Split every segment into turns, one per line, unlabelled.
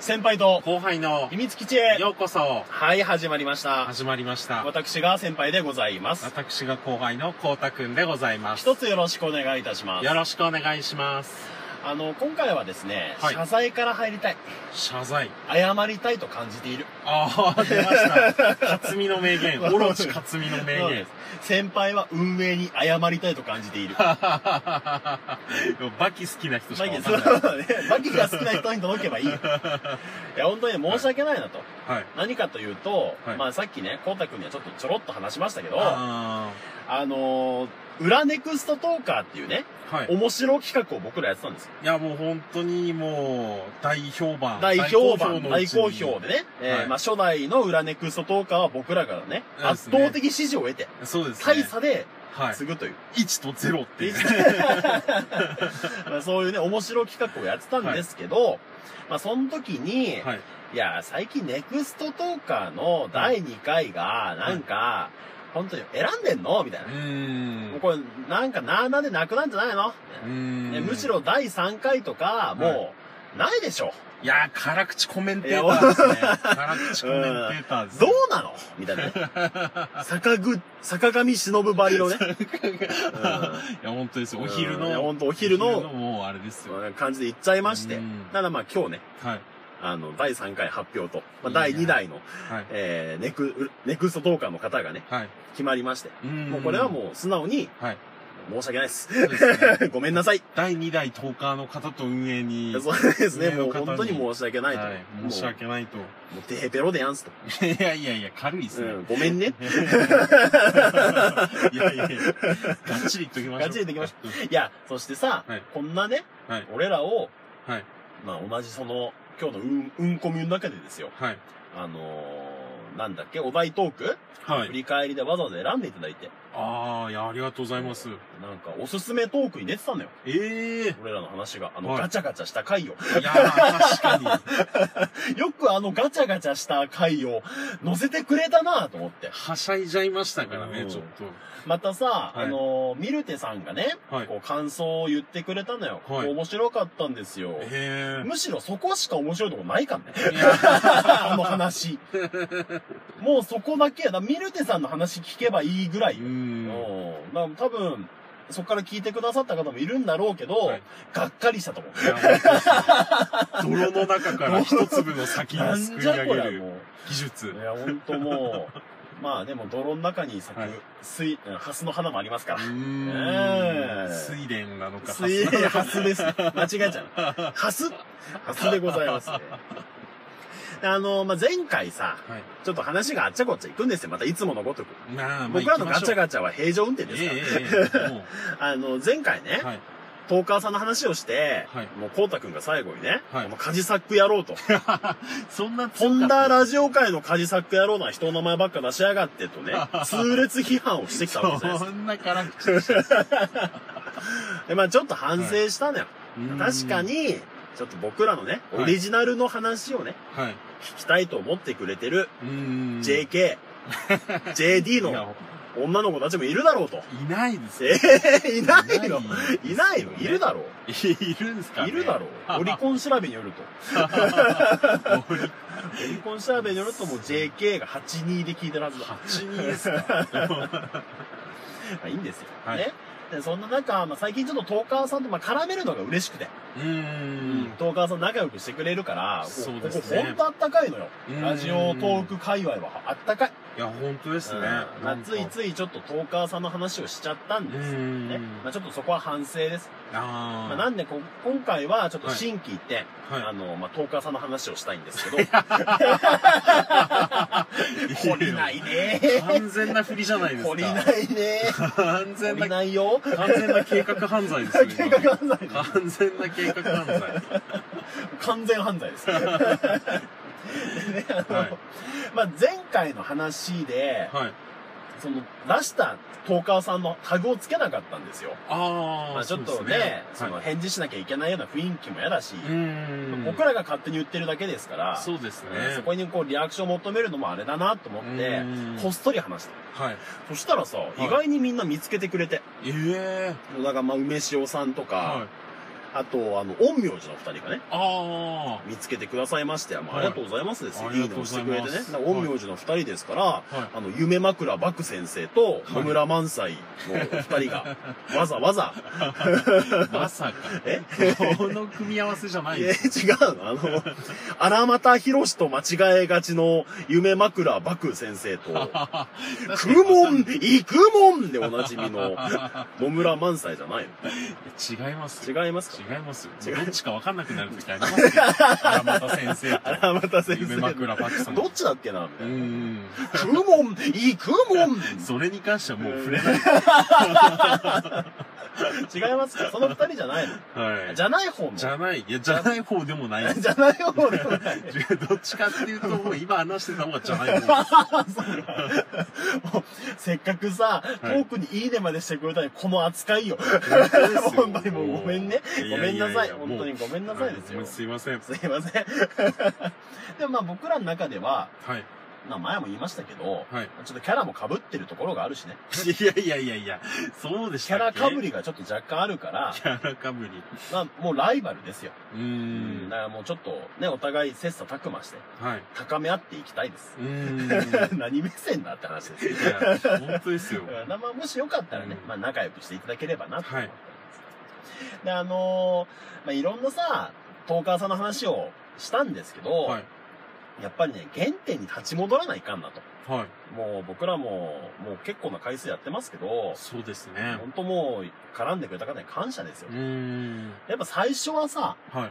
先輩と
後輩の
秘密基地へ
ようこそ
はい始まりました
始まりました
私が先輩でございます
私が後輩のこうたくんでございます
一つよろしくお願いいたします
よろしくお願いします
あの今回はですね、
はい
謝罪から入りたい
謝罪
謝りたいと感じている
ああ出ました勝美の 名言オロチ勝美の名
そうで
言
す先輩は運営に謝りたいと感じている
バキ好きな人しか
マ
わ
キ
か
そ
んな
う
い
だねマキが好きな人に届けばいいいや本当に申し訳ないなと、
はい
何かというと、
はい
まあさっきね、こうたくんにはちょっとちょろっと話しましたけど、あ
あ
のー、裏ネクストトーカーっていうね、
ーはい
面白企画を僕らやってたんですよ。
いやもう本当にもう大評判
大評判、
の
大
うちに
好評でね、えー
はい
まあ初代の裏ネクストトーカーは僕らからね、
そうです
圧
ね
倒的支持を得て、
そうです
大
ね
差で
はい
継ぐという。
1と0っていう
まあそういうね、面白企画をやってたんですけど、まあその時に、
はい
いや、最近ネクストトーカーの第2回が、なんか、本当に選んでんのみたいうな。
ーん
もうこれ、なんか、なあなあでなくなんじゃないの、
うーん
ねむしろ第3回とか、もう、ないでしょ。
いやー、辛口コメンテーターですね。辛口コメンテーターです
ど
ね。
うなのみたいなね。坂ぐ、坂上忍ばりのね、
いや、本当 ですよ。お昼
うんいや
の。
ほんとお昼の
おもうあれですよ。
うん感じで言っちゃいまして
う。ん
ただまあ今日ね、
はい。
あの、第3回発表と、まあ、
いい
第
ね
2代の、
はい。
えー、ネク、ネクストトーカーの方がね、
はい。
決まりまして。
うん
もうこれはもう素直に、
はい
申し訳ないです。
そうですね
ごめんなさい。
第2代トーカーの方と運営に。
そうですね。
上の
もう
方に
本当に申し訳ないと。
はい。
もう
申し訳ないと。
もうテヘペロでやんすと。
いやいやいや、 軽いです
う
ね。
ん、ごめんね。
いやいやいや、がっちり言っときましょう。
がっちり言っときまし
ょ
いや、そしてさ、
はい
こんなね、
はい
俺らを、
はい
まあ同じその、今日のうん、うんこみゅの中でですよ、
はい。
あのー、なんだっけ、お題トーク、
は
振
い。
り返りでわざわざ選んでいただいて、
ああ、いや、ありがとうございます。
なんかおすすめトークに出てたのよ。
ええ
俺らの話が、あの、
はい
ガチャガチャした回を。
いやー、確かに。
よくあのガチャガチャした回を載せてくれたなと思って。
はしゃいじゃいましたから
う
ね、
ん
ちょっと。
またさ、
はい
あのー、ミルテさんがね、
はい。
こう感想を言ってくれたのよ。
はい
こう面白かったんですよ。
へ
むしろそこしか面白いとこないからね。
え。いや、
あの話。もうそこだけやな。ミルテさんの話聞けばいいぐら
う。
いよ。うんん。だから多分、そこから聞いてくださった方もいるんだろうけど、
はい
がっかりしたと思う。
いや本 当ですよ泥の中から一粒の先
な
を
ん
すくい
じゃ
上
こ
げ
りゃ
る
も
技術
う。い。や、ほんともう。まあでも泥の中に咲く
はい
水、うんハスの花もありますか
う
ら。
ーん。水蓮なのか。
水、
蓮
ハスです。間違えちゃう。ハスハスでございますね。であの、まあ、前回さ、
はい。
ちょっと話があっちゃこっちゃ行くんですよ。またいつものごとく。
まあ、まあ、
僕らのガチャ
ガ
ガチャは平常運転
チ
ですから。
ええええ、も
あの、前回ね
う。、はい。
トーカーさんの話をして、
はい
もうこうたくんが最後にね、
はい
このカジサック野郎 と、
そんな
ホンダ
ラ
ラジオ界のカジサック野郎な人の名前ばっか出しやがってとね、 痛烈批判をしてきたわけじゃないです
そんな辛口でし
か。で、まあちょっと反省したのよ。
た
確か。に、ちょっと僕らのね、
はい
オリジナルの話をね、
はい。う
聞きたいと思ってくれてる
ーん。
JK、JD
い
の
や
女の子たちもいるだ ろうと。
いないですよ。
えー、いないの
い
いないのいるだろう
いるんですかね
いるだろ うオリコン調べによると。
オリ
オリコン調べによるともう JK が82で聞いてるはずだ。
8人ですか
まあいいんですよ。
はい
ね。でそんな中、まあ、最近ちょっとトーカーさんとまあ絡めるのが嬉しくて、
うーん
トーカーさん仲良くしてくれるから、
そう
こ
で
こ
すね
ほんとあったかいのよ。
うん
ラジオトーク界隈はあったかい。
いや本当ですね
うんまあついついちょっとトーカーさんの話をしちゃったん
う
です。
ん
ね。まあ、ちょっとそこは反省です。まあ、
あ
なんでこ、今回はちょっと
はい
新規一転、
あは
あ
い
の、まあ、トーカーさんの話をしたいんですけ ど、懲りないね
完全な振りじゃないですか
懲りないね
完
懲
全
り
な
ないよ
完全な計画犯罪ですよ
計画犯罪
今完全な計画犯罪
完全犯罪です。でねあの
はい
まあ、前回の話で、
はい
その出したトーカーさんのタグをつけなかったんですよ。
あ
まあ、
あ
ちょっとね、その返事しなきゃいけないような雰囲気も嫌だし、
うん
僕らが勝手に言ってるだけですから、
そうですね
うんそこにこうリアクションを求めるのもあれだなと思って
う、ん
こっそり話した。
はい
そしたらさ、意外にみんな見つけてくれて、
ええ
野田がまあ梅塩さんとか、
は
あと、あの、陰陽師の二人がね、
あ
見つけてくださいまして、まあ、あ
はい
りがとうございますですよ。
あ
い
り
いね
がとう
を
ご
し
ざ
て
い
くれ
ま
てね
す。
だから陰陽師の二人ですから、
あ。はい。
あの、夢枕漠先生と
い
野村萬斎の二人 が、わざわざ、
まさか。
え
この組み合わせじゃない
い
ん
や、違
です。
うの。あの、荒俣博士と間違えがちの夢枕漠先生 と、 くもん、行くもんでおなじみの野村萬斎じゃない
違いますよ。
の違いますか
違いますよ。
違い
どっちか分かんなくなる時あり ますよ。荒俣先生と。
荒俣先
夢
生。
枕パクさん。
どっちだっけなみ
う
たいな。
ん。
くもん、行くもん
それに関してはもう触れない。
違いますかその二人じゃないの
はい。
じゃない方も。
じゃない。いや、じゃない方でもないです。
じゃない方 でもない。
どっちかっていうと、もう今話してた方がじゃない方 です。
せっかくさ、ト
はい
ークにいいねまでしてくれたのに、この扱いよ。本
本
当にもうごめんね。ごめんなさい。本当にごめんなさいですよ。す
すいません。
いません。 でもまあ僕らの中では、
はい。
まあ前も言いましたけど、
はい。
ちょっとキャラも被ってるところがあるしね。
いやいやいやいや、そうでし
キ
た
ャ
っ
ラ
け
かぶりがちょっと若干あるから
キ、ャラかぶり。
まあもうライバルですよ。
うー
うん。
ん
だ。からもうちょっとね、お互い切磋琢磨して、
はい。
高め合っていきたいです
う。ーん。
何目線だって話ですよ。
いや、本当です よ。
うんまあ、もしよかったらね、
うん
まあ、仲良くしていただければなと思
は
っ
い
てます。で、あのーまあ、いろんなさ、トーカーさんの話をしたんですけど、
はい。
やっぱりね、原点に立ち戻らないかんなと。
はい。
もう僕らも、もう結構な回数やってますけど、
そうですね。
本当もう絡んでくれた方に感謝ですよ
う。ーん。
やっぱ最初はさ、
は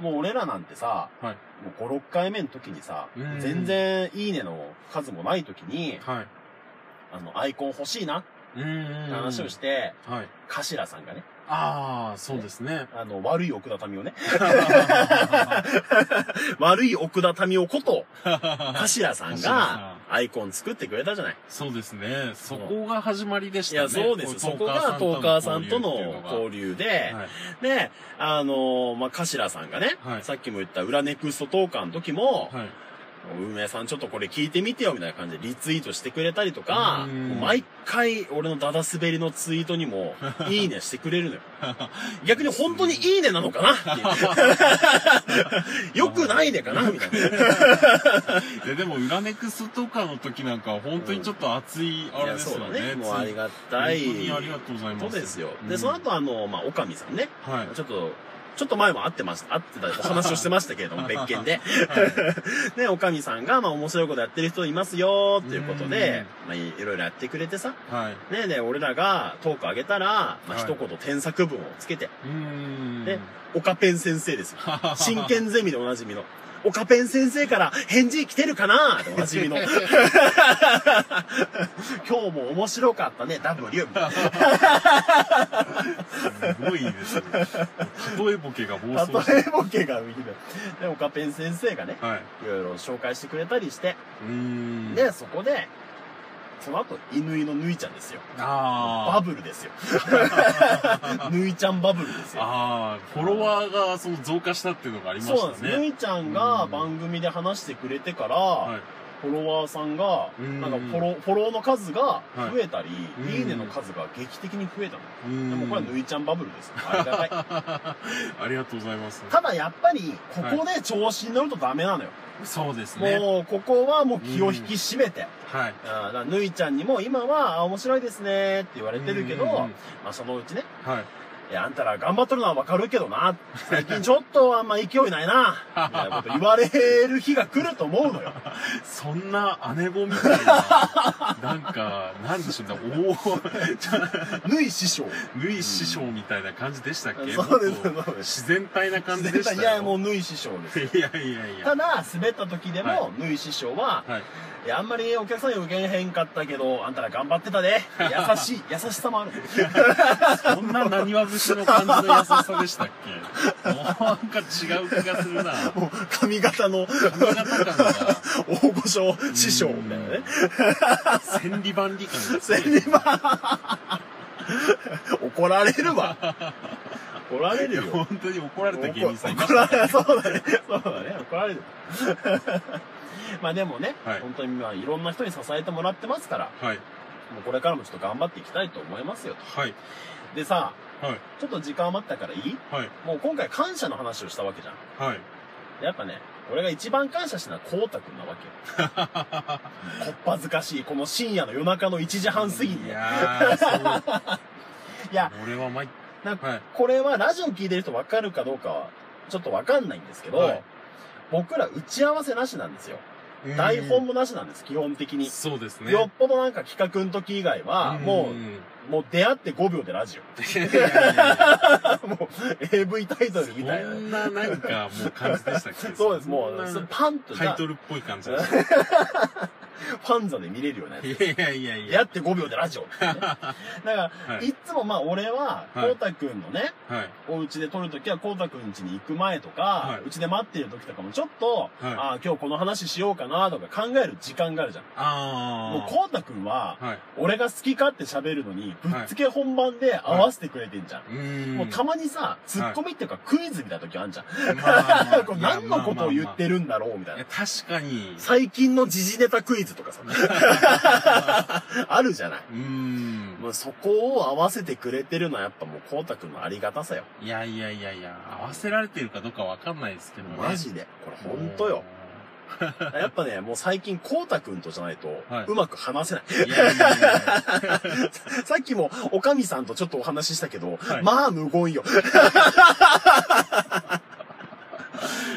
い。
もう俺らなんてさ、
はい
もう5、6回目の時にさ、
うん
全然いいねの数もない時に、
はい。
あの、アイコン欲しいな
うー
っ
ん。
て話をして、
はい。
頭さんがね、
ああ、そうです ね。
あの、悪い奥田民を ね。
は
悪い奥田民をこと、
は
頭さんが、アイコン作ってくれたじゃない。
そうですね。そこが始まりでし
い
たね。
や、そうです。そこが、トーカーさんとの交流で、
はい。
で、あのー、まあ、頭さんがね、
はい
さっきも言った裏ネクストトーカーの時も、
はい。
運営さんちょっとこれ聞いてみてよみたいな感じでリツイートしてくれたりとか、
うん
もう毎回俺のダダ滑りのツイートに も、いいねしてくれるのよ。逆に本当にいいねなのかなって いう。よくないねかなみたいな。
いやでも、裏ネクストとかの時なんかは、本当にちょっと熱い、あれですよ
いやそうだ
ね。
もうありが
本
たい。
当にありがとうございます。
そうですよ。
う
で、
ん
その後、あの、まあ、おかみさんね、
はい。
ちょっと、ちょっと前も会ってました、会ってた、お話をしてましたけれど も、別件で。 ね、おかみさんが、まあ、面白いことやってる人いますよ、っていうことで、まあ、いろいろやってくれてさ、
はい。はい。
ね、で、俺らがトークあげたら、まあ、
はい
一言添削文をつけて、
うーん。
で岡ペン先生ですよ。真剣ゼミでおなじみの。岡ペン先生から返事来てるかなっておなじみ の。今日も面白かったね、W。
すごいですね。例えボケが暴走して
例えボケが見てで、岡ペン先生がね、
はい。
いろいろ紹介してくれたりして、
うーん。
で、そこで、その後、犬犬のぬいちゃんですよ。バ
あ
ブルです よ。ぬいちゃんバブルです
あ。
よ。
ああ、フォロワーがその増加したっていうのがありま
そうなんで
し
す。
た
ぬ
ね。
いちゃんが番組で話してくれてから、
はい。
フォロワーさんが、
うん
なんかフォロフォローの数が
はい
増えたり、
うん
い、いねの数が劇的に増えたの。
うーん
でもこれはぬいちゃんバブル ですよ。ありがたい
ありがとうございます。
ただやっぱり、ここで調子に乗るとダメなのよ。
そうですね。
もう、ここはもう気を引き締めて。
はい。
あーだからぬいちゃんにも今は、あ面白いですねって言われてるけど、
うんうんうん
まあそのうちね、
はい。
いや、あんたら頑張っとるのはわかるけどな、最近ちょっとあんま勢いないな、みたいなこと言われる日が来ると思うのよ。
そんな姉御みたい な、なんか、なんでしょうね、おーちょ
ぬい師匠。
ぬい師匠みたいな感じでしたっけ
そうです、
もっと
そうです。
自然体な感じでしたよ。
いや、もうぬい師匠ですよ。
いやいやいや。
ただ、滑った時でも、ぬい師匠は、
はい。
いや、あんまりお客さんに受けへんかったけど、あんたら頑張ってた で。優しい、優しさもある。
そんな何わ節の感じの優しさでしたっけなんか違う気がするな。
もう髪型の
髪型感が、
大御所 師匠みたいなね。
千里万里感です
千里馬怒られるわ。怒られるよ。
本当に怒られた芸人さんいま
怒
した
ら
ね。
れる。そうだね。そうだね。怒られる。 まあでもね、
はい
本当にまあいろんな人に支えてもらってますから、
はい。
もうこれからもちょっと頑張っていきたいと思いますよと。
はい。
でさ、
はい
ちょっと時間余ったからいい
はい
もう今回感謝の話をしたわけじゃん。
はい
でやっぱね、俺が一番感謝したのは光太くんなわけよ。こ っぱずかしい、この深夜の夜中の1時半過ぎに
い
ね。
やーそう
いや、
俺はまい
なん
はい
これはラジオ聞いてる人わかるかどうかは、ちょっとわかんないんですけど、
はい
僕ら打ち合わせなしなんですよ。台本もなしなんです、基本的
うん
に。
そうですね
よっぽどなんか企画の時以外は、も
ん
う、もう出会って5秒でラジオ。
いやいやいや
もう、AV タイトルみたい
そ
な。
んななんかもう感じでしたっ け
そうです、も
そんな
う、そパンと
タイト
ル
ルっぽい感じでし
ファンザで見れるようなやつ。
たいやいやいやい
出会
や
って5秒でラジ オってね、だから、
はい
い、っつもまあ俺は、
は
こ
いう
たくんのね、
はい
お家で撮るときは、こうたくん家に行く前と
は
か
い、
うち、で待ってるときとかもちょっと、
はい
ああ、今日この話しようかなとか考える時間があるじゃん。
あ
もうこうたくんは、
うはい
俺が好き勝手喋るのに、ぶっつけ本番で合わせてくれてんじゃん。
うーん
もうたまにさ、ツッコミっていうかクイズみたいな時あんじゃん。
まあまあ
これ何のことを言ってるんだろうみたい
いや
な。
確かに
最近の時事ネタクイズとか さ、 あるじゃない。
うーん
もうそこを合わせてくれてるのはやっぱもう光太くんのありがたさよ。
いやいやいやいや合わせられてるかどうかわかんないですけどね
マジで。これほんとよ。やっぱね、もう最近光太くんとじゃないと
はい、
うまく話せない。
いやいやいやいや
さっきも、おかみさんとちょっとお話ししたけど、
はい
まあ無言 よ。だか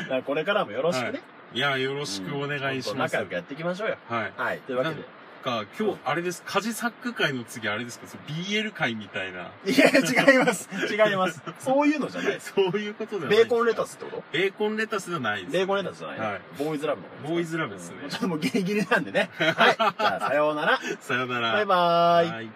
らこれからもよろしくね。
はいいやよろしくお願いし
うん
ます
仲良くやっていきましょうよ。
はい
はい。というわけで。
か、今日、あれです、家事作家会の次、あれですか、その BL 会みたいな。
いや、違います。違います。そういうのじゃないです。
そういうことではない
ベ
です
ーコンレタ。スってこと
ベーコンレタスじゃないです。
ベーコンレタスじゃない、
はい
ボーイズラブの方
ボーイズラブですね
うんちょっともうギリギリなんでね。はい。じゃあ、さようなら。
さよなら。
バイバーイ。
はい